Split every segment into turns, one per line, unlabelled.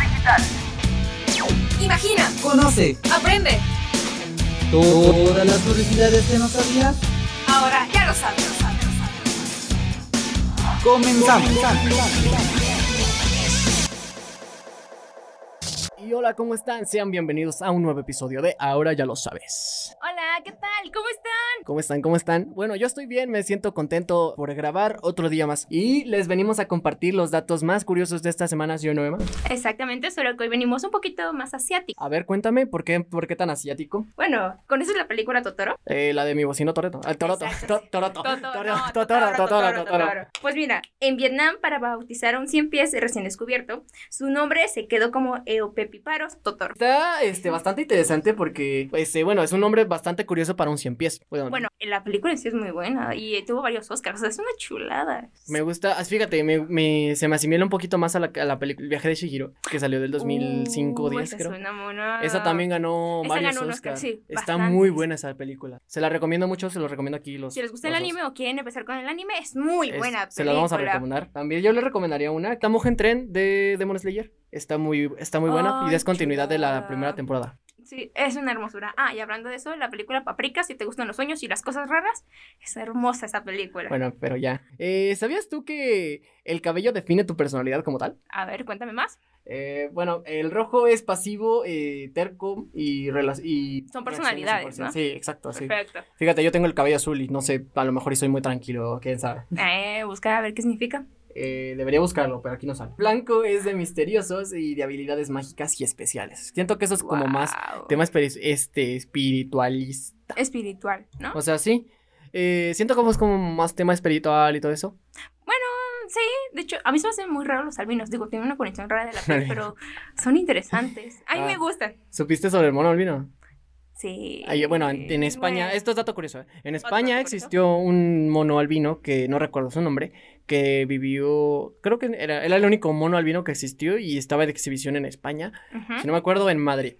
digital.
Imagina,
Conoce
aprende.
todas las curiosidades que no sabías.
Ahora ya lo sabes.
Comenzamos.
Y hola, ¿cómo están? Sean bienvenidos a un nuevo episodio de Ahora ya lo sabes.
Hola, ¿qué tal? ¿Cómo están?
¿Cómo están? ¿Cómo están? Bueno, yo estoy bien, me siento contento por grabar otro día más. Y les venimos a compartir los datos más curiosos de esta semana, ¿sí o no, Emma?
Exactamente, solo que hoy venimos un poquito más asiático.
A ver, cuéntame, ¿por qué, por qué tan asiático?
Bueno, ¿conoces la película Totoro?
Eh, la de mi bocino Toreto. Ah, Toroto.
Exacto,
To-
sí.
Toroto.
Totoro, no,
Toro- Totoro. Totoro.
Totoro,
Totoro.
Totoro. Pues mira, en Vietnam para bautizar a un cien pies recién descubierto, su nombre se quedó como Eopepiparos Totoro.
Está este, bastante interesante porque, este, bueno, es un nombre bastante curioso para un cien pies. Bueno,
Bueno, la película en sí es muy buena y eh, tuvo varios Oscars, o sea, es una chulada.
Me gusta, ah, fíjate, me, me- se me asimila un poquito más a la, a la película El viaje de Shihiro, que salió del 2005
Uh,
10,
esa
creo.
suena mona.
Esa también ganó
Esa
varios
ganó un Oscar,
Oscars.
sí,
Está
bastantes.
muy buena esa película. Se la recomiendo mucho, se lo recomiendo aquí los.
Si les gusta el
los dos.
anime o quieren empezar con el anime, es muy
Es-
buena.
Se la vamos a
película.
recomendar. También yo le recomendaría una, Tamuja en tren de Demon Slayer. Está muy, está muy buena y
Ay,
es continuidad de la
chulada.
primera temporada.
Sí, es una hermosura. Ah, y hablando de eso, la película Paprika, si te gustan los sueños y las cosas raras, es hermosa esa película.
Bueno, pero ya. Eh, ¿Sabías tú que el cabello define tu personalidad como tal?
A ver, cuéntame más.
Eh, bueno, el rojo es pasivo, eh, terco y, rela- y...
Son
reacciones
personalidades,
100%.
¿no?
Sí, exacto, Pues sí.
Perfecto.
Fíjate, yo tengo el cabello azul y no sé, a lo mejor y soy muy tranquilo, quién sabe.
Eh, busca a ver qué significa.
Eh, debería buscarlo, pero aquí no sale. Blanco es de misteriosos y de habilidades mágicas y especiales. Siento que eso es como más
Guau.
tema espiri- este, espiritualista.
espiritual, ¿no?
O sea, sí. Eh, siento como es como más tema espiritual y todo eso.
De hecho, a mí se me hacen muy raros los albinos. Digo, tienen una conexión rara de la piel, pero son interesantes. A mí
Ah.
me gustan.
¿Supiste sobre el mono albino?
Sí.
Ahí, Ah, bueno, en, en España,
Bueno.
esto es dato curioso. ¿eh? En
Otro
España
dato curioso.
existió un mono albino que no recuerdo su nombre, que vivió, creo que era, era el único mono albino que existió y estaba de exhibición en España,
Ujú.
si no me acuerdo, en Madrid.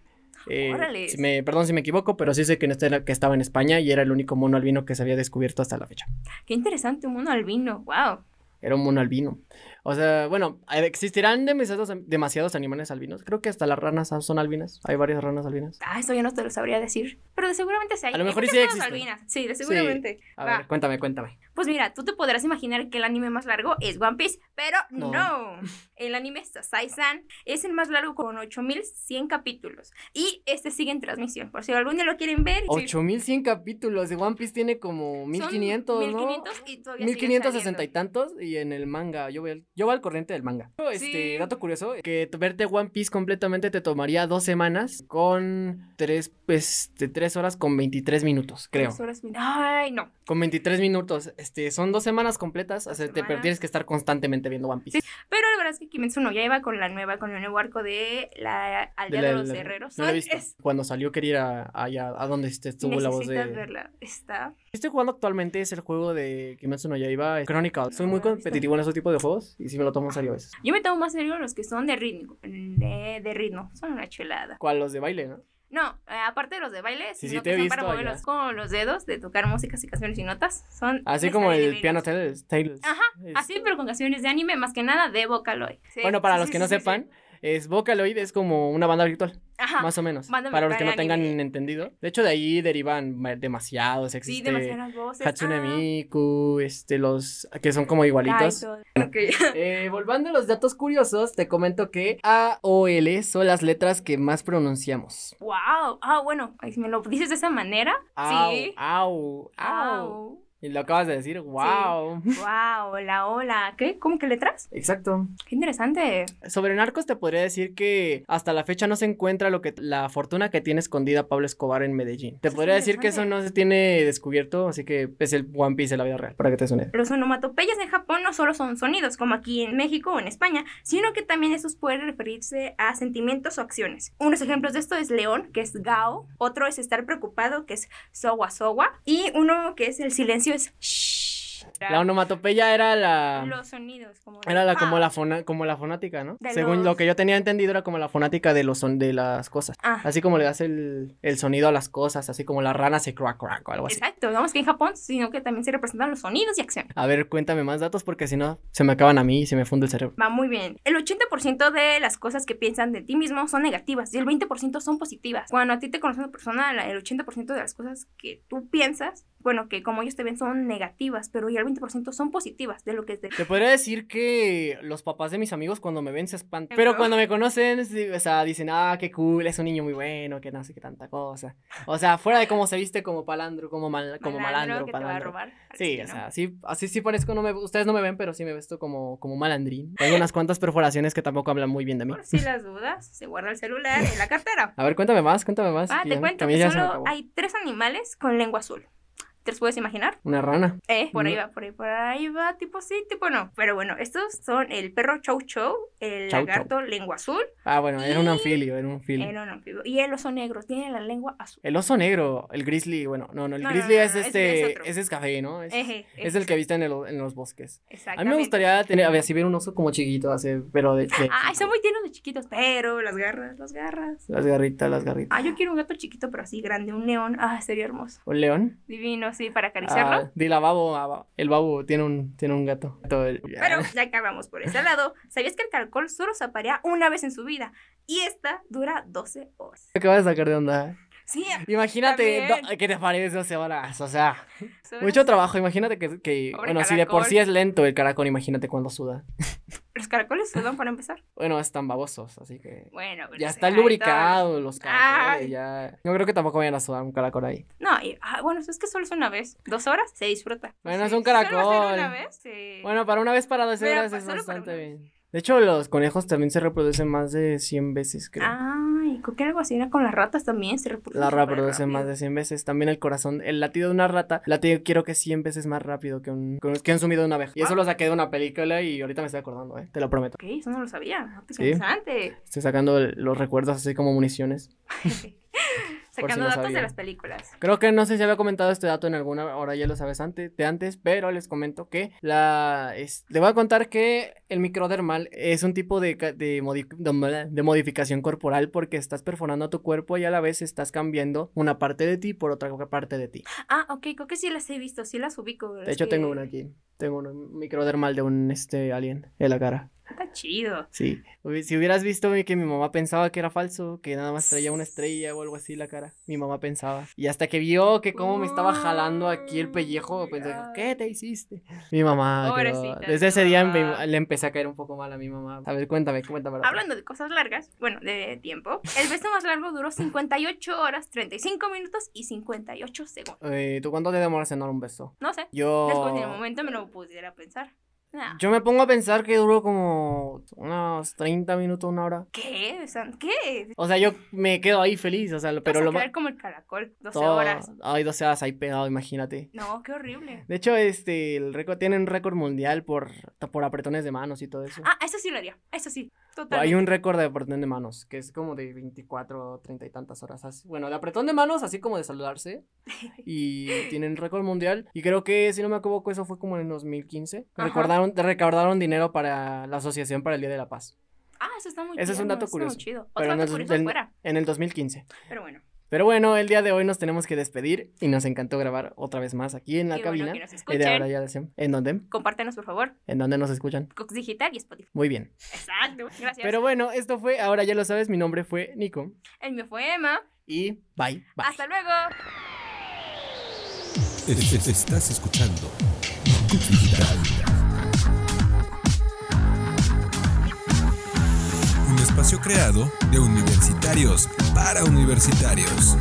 Eh,
Órale.
si me- perdón si me equivoco, pero sí sé que, en este era- que estaba en España y era el único mono albino que se había descubierto hasta la fecha.
Qué interesante, un mono albino. Wow.
Era un mono albino. O sea, bueno, eh, existirán demasiados, demasiados animales albinos. Creo que hasta las ranas son albinas. Hay varias ranas albinas.
Ah, eso yo no te lo sabría decir. Pero de seguramente sí hay.
A lo
Hay
mejor y
muchas
sí
cosas
existen.
albinas. Sí, de seguramente.
A
Va.
ver, cuéntame, cuéntame.
Pues mira, tú te podrás imaginar que el anime más largo es One Piece, pero
No.
no. El anime Sasai-san es el más largo con 8100 capítulos. Y este sigue en transmisión. Por si algún día lo quieren ver. sí.
8100 capítulos de One Piece tiene como
Son
1500, ¿no?
1500 y todavía siguen
1560 y
saliendo.
tantos y en el manga, yo voy al, yo voy al corriente del manga. Pero, Este,
Sí.
dato curioso, que t- verte One Piece completamente te tomaría dos semanas con tres, este, tres horas con 23 minutos, creo.
Tres horas min- Ay, no.
Con 23 minutos, este, son dos semanas completas, o
Dos
sea, te pero
semanas.
tienes que estar constantemente viendo One Piece.
Pero la verdad es que Kimetsu no ya iba con la nueva, con el nuevo arco de la
De
aldea
la-
de, los
la-
herreros.
no lo he
Son-
visto.
es-
Cuando salió quería ir a, allá, a donde este- estuvo la voz
Necesitas
de...
verla. Está.
Estoy jugando actualmente es el juego de Kimetsu no Yaiba Chronicle. Soy muy
Ah, está.
competitivo en ese tipo de juegos y sí me lo tomo en serio a veces.
Yo me tomo más en serio los que son de ritmo. De, de ritmo. Son una chulada.
¿Cuál los de baile, no?
No, eh, aparte de los de baile,
Sí,
sí,
sí, te
que
he
son
visto
para mover
allá.
los, con los dedos, de tocar músicas y canciones y notas, son...
Así
les
como
salen
el
divinos.
piano Tales. Tales.
Ajá,
Es-
Así, pero con canciones de anime, más que nada de Vocaloid. Sí,
Bueno, para
sí,
los
sí,
que
sí,
no
sí, sí.
sepan, es Vocaloid es como una banda virtual,
Ajá,
más o menos.
Ah, banda
Para los que no
virtual
tengan
anime.
entendido. De hecho, de ahí derivan ma- demasiados.
sí,
Existe
demasiadas voces.
este, Hatsune
ah,
Miku, este, los que son como igualitos.
Kaito. Ok.
Eh, volviendo a los datos curiosos, te comento que A o L son las letras que más pronunciamos.
Wow, ah, bueno, ay, si me lo dices de esa manera,
Au,
sí.
au, au.
Wow,
Y lo acabas de decir, wow.
wow, la ola, ¿qué? ¿Cómo que letras?
Exacto.
Qué interesante.
Sobre Narcos te podría decir que hasta la fecha no se encuentra lo que la fortuna que tiene escondida Pablo Escobar en Medellín. Te
Eso es
podría decir que eso
interesante.
no se tiene descubierto, así que es el One Piece de la vida real, para que te suene.
Los onomatopeyas en Japón no solo son sonidos, como aquí en México o en España, sino que también estos pueden referirse a sentimientos o acciones. Unos ejemplos de esto es león, que es gao, otro es estar preocupado, que es sowa sowa, y uno que es el silencio es shh. era
La onomatopeya era la.
los sonidos. Como
Era la, como,
ah,
la fona- como la fonática, ¿no?
De
Según
los-
lo que yo tenía entendido, era como la fonática de, los son de las cosas.
Ah.
Así como le das el, el sonido a las cosas, así como la rana se crack crack o algo así.
Exacto, digamos que en Japón, sino que también se representan los sonidos y acciones.
A ver, cuéntame más datos porque si no, se me acaban a mí y se me funde el cerebro.
Va muy bien. El 80% de las cosas que piensan de ti mismo son negativas y el 20% son positivas. Cuando a ti te conoce una persona, la- el 80% de las cosas que tú piensas, bueno, que como ellos te ven son negativas, pero y el 20% son positivas de lo que es de...
Te podría decir que los papás de mis amigos cuando me ven se espantan.
Ajá.
Pero cuando me conocen, sí, o sea, dicen, ah, qué cool, es un niño muy bueno, que no sé qué tanta cosa. O sea, fuera de cómo se viste como palandro, como, mal, como malandro,
que te va a
palandro.
robar. Así,
Sí, o
¿no?
sea, sí, así sí parezco, no me, ustedes no me ven, pero sí me visto como, como malandrín. Tengo unas cuantas perforaciones que tampoco hablan muy bien de mí.
Por si las dudas, se guarda el celular en la cartera.
A ver, cuéntame más, cuéntame más.
Ah,
que
te
ya-
cuento
a mí ya
que
se me
solo
acabó.
hay tres animales con lengua azul. ¿Te los puedes imaginar?
Una rana.
Eh, por ahí
No.
va, por ahí, por ahí va, tipo sí, tipo no. Pero bueno, estos son el perro Chow Chow, el
Chow Chow.
lagarto lengua azul,
Ah, bueno, era un
Y-
anfilio, era un anfilio.
el anfibio, y el oso negro, tiene la lengua azul.
El oso negro, el grizzly, bueno, no, no, el
No, no,
grizzly
no,
es
no, es-
este,
es otro.
ese es café, ¿no? Es,
Eje,
es el que viste en, el- en los bosques. A mí
exactamente.
me gustaría tener, a ver, si ver un oso como chiquito, así, pero de, de-
Ay, son muy tiernos de chiquitos, pero las garras, las garras.
las garritas, las garritas.
Ah, yo quiero un gato chiquito, pero así grande, un león. Ah, sería hermoso.
¿Un león?
Divino, sí, para acariciarlo.
Ah, dile a Babo, a Babo. el Babo tiene un, tiene un gato. Todo el-
Pero ya acabamos por ese lado. ¿Sabías que el caracol solo se aparea una vez en su vida? Y esta dura 12 horas.
Me acabas de sacar de onda.
Sí,
Imagínate,
También.
do- ¿qué te parece 12 horas? O sea,
son-
mucho trabajo. Imagínate que, que-
Pobre
bueno, si de por
caracol.
sí es lento el caracol, imagínate cuando suda.
los caracoles sudan para empezar. Bueno,
Bueno, están babosos, así que...
pero
Ya
se-
están
ay, todo-
lubricados los
pues, Ay.
caracoles, ya. Yo creo que tampoco vayan a sudar un caracol ahí.
No, y- ah, bueno, es que solo es una vez. Dos horas se disfruta.
Bueno,
Sí,
es un
solo hacer
caracol.
una vez, sí.
Bueno, para una vez para dos
Pero,
horas
pues,
es
solo para
bastante
una vez.
bien. De hecho, los conejos también se reproducen más de 100 veces, creo.
Ay, ¿con qué algo así era con las ratas también? Se reproduce
La
Ah, pues, súper
reproducen más
rápido.
de 100 veces. También el corazón, el latido de una rata, late quiero que 100 veces más rápido que un, que un, que un sumido de una abeja. Y eso lo saqué de una película y ahorita me estoy acordando, ¿eh? Te lo prometo.
Ok, eso no lo sabía.
Sí.
Interesante.
Estoy sacando el- los recuerdos así como municiones.
Sacando
no
datos de
sabían.
las películas.
Creo que no sé si había comentado este dato en alguna, ahora ya lo sabes antes, de antes, pero les comento que la... es- le voy a contar que el microdermal es un tipo de, ca- de, modi- de mo- de modificación corporal porque estás perforando a tu cuerpo y a la vez estás cambiando una parte de ti por otra parte de ti.
Ah, ok, creo que sí las he visto, sí las ubico. este,
De hecho, tengo una aquí. Tengo un microdermal de un este alien en la cara.
Está chido.
Sí. Hubi- Si hubieras visto güey, que mi mamá pensaba que era falso, que nada más traía una estrella o algo así en la cara. Mi mamá pensaba. Y hasta que vio que cómo me estaba jalando aquí el pellejo,
Uy,
pensé,
ay.
¿qué te hiciste? Mi mamá. quedó-
Pobrecita de
Desde
tu
ese día
mamá.
me- le empecé a caer un poco mal a mi mamá. A ver, cuéntame, cuéntame. la-
Hablando de cosas largas, bueno, de tiempo, el beso más largo duró 58 horas, 35 minutos y 58 segundos.
Eh, ¿Tú cuánto te demoras en dar un beso?
No sé, después del
Yo.
momento me lo pudiera pensar. Nah.
Oh. Yo me pongo a pensar que duró como unos 30 minutos, una hora.
¿Qué? O sea, ¿Qué?
O sea, yo me quedo ahí feliz, o sea,
Pero
pero
Vas a
lo más...
quedar como el caracol, 12
todo-
horas.
Ay, 12 horas ahí pegado, imagínate.
No, qué horrible.
De hecho, este, el récord tiene un récord mundial por, por apretones de manos y todo eso.
Ah, eso sí lo haría, eso sí,
Hay
totalmente.
un récord de apretón de manos, que es como de 24, 30 y tantas horas. así. Bueno, de apretón de manos, así como de saludarse. Y tienen récord mundial. Y creo que, si no me equivoco, eso fue como en el 2015.
Ajá.
Recordaron, recaudaron dinero para la Asociación para el Día de la Paz.
Ah, eso está muy
Ese es un
tierno,
dato
está muy
curioso.
chido. Otro
Pero
dato
no es
curioso
del-
fuera,
En el 2015.
pero bueno.
Pero bueno, el día de hoy nos tenemos que despedir. Y nos encantó grabar otra vez más aquí en la
qué bueno
cabina.
que nos
Y de ahora
escuchen.
ya decía- ¿En dónde?
Compártenos, por favor,
¿En dónde nos escuchan?
Cox Digital y Spotify.
Muy bien.
Exacto, gracias.
Pero bueno, esto fue, ahora ya lo sabes, mi nombre fue Nico.
El mío fue Emma.
Y bye, bye.
Hasta luego.
Es- es- Estás escuchando Cook Digital. Un espacio creado de universitarios para universitarios.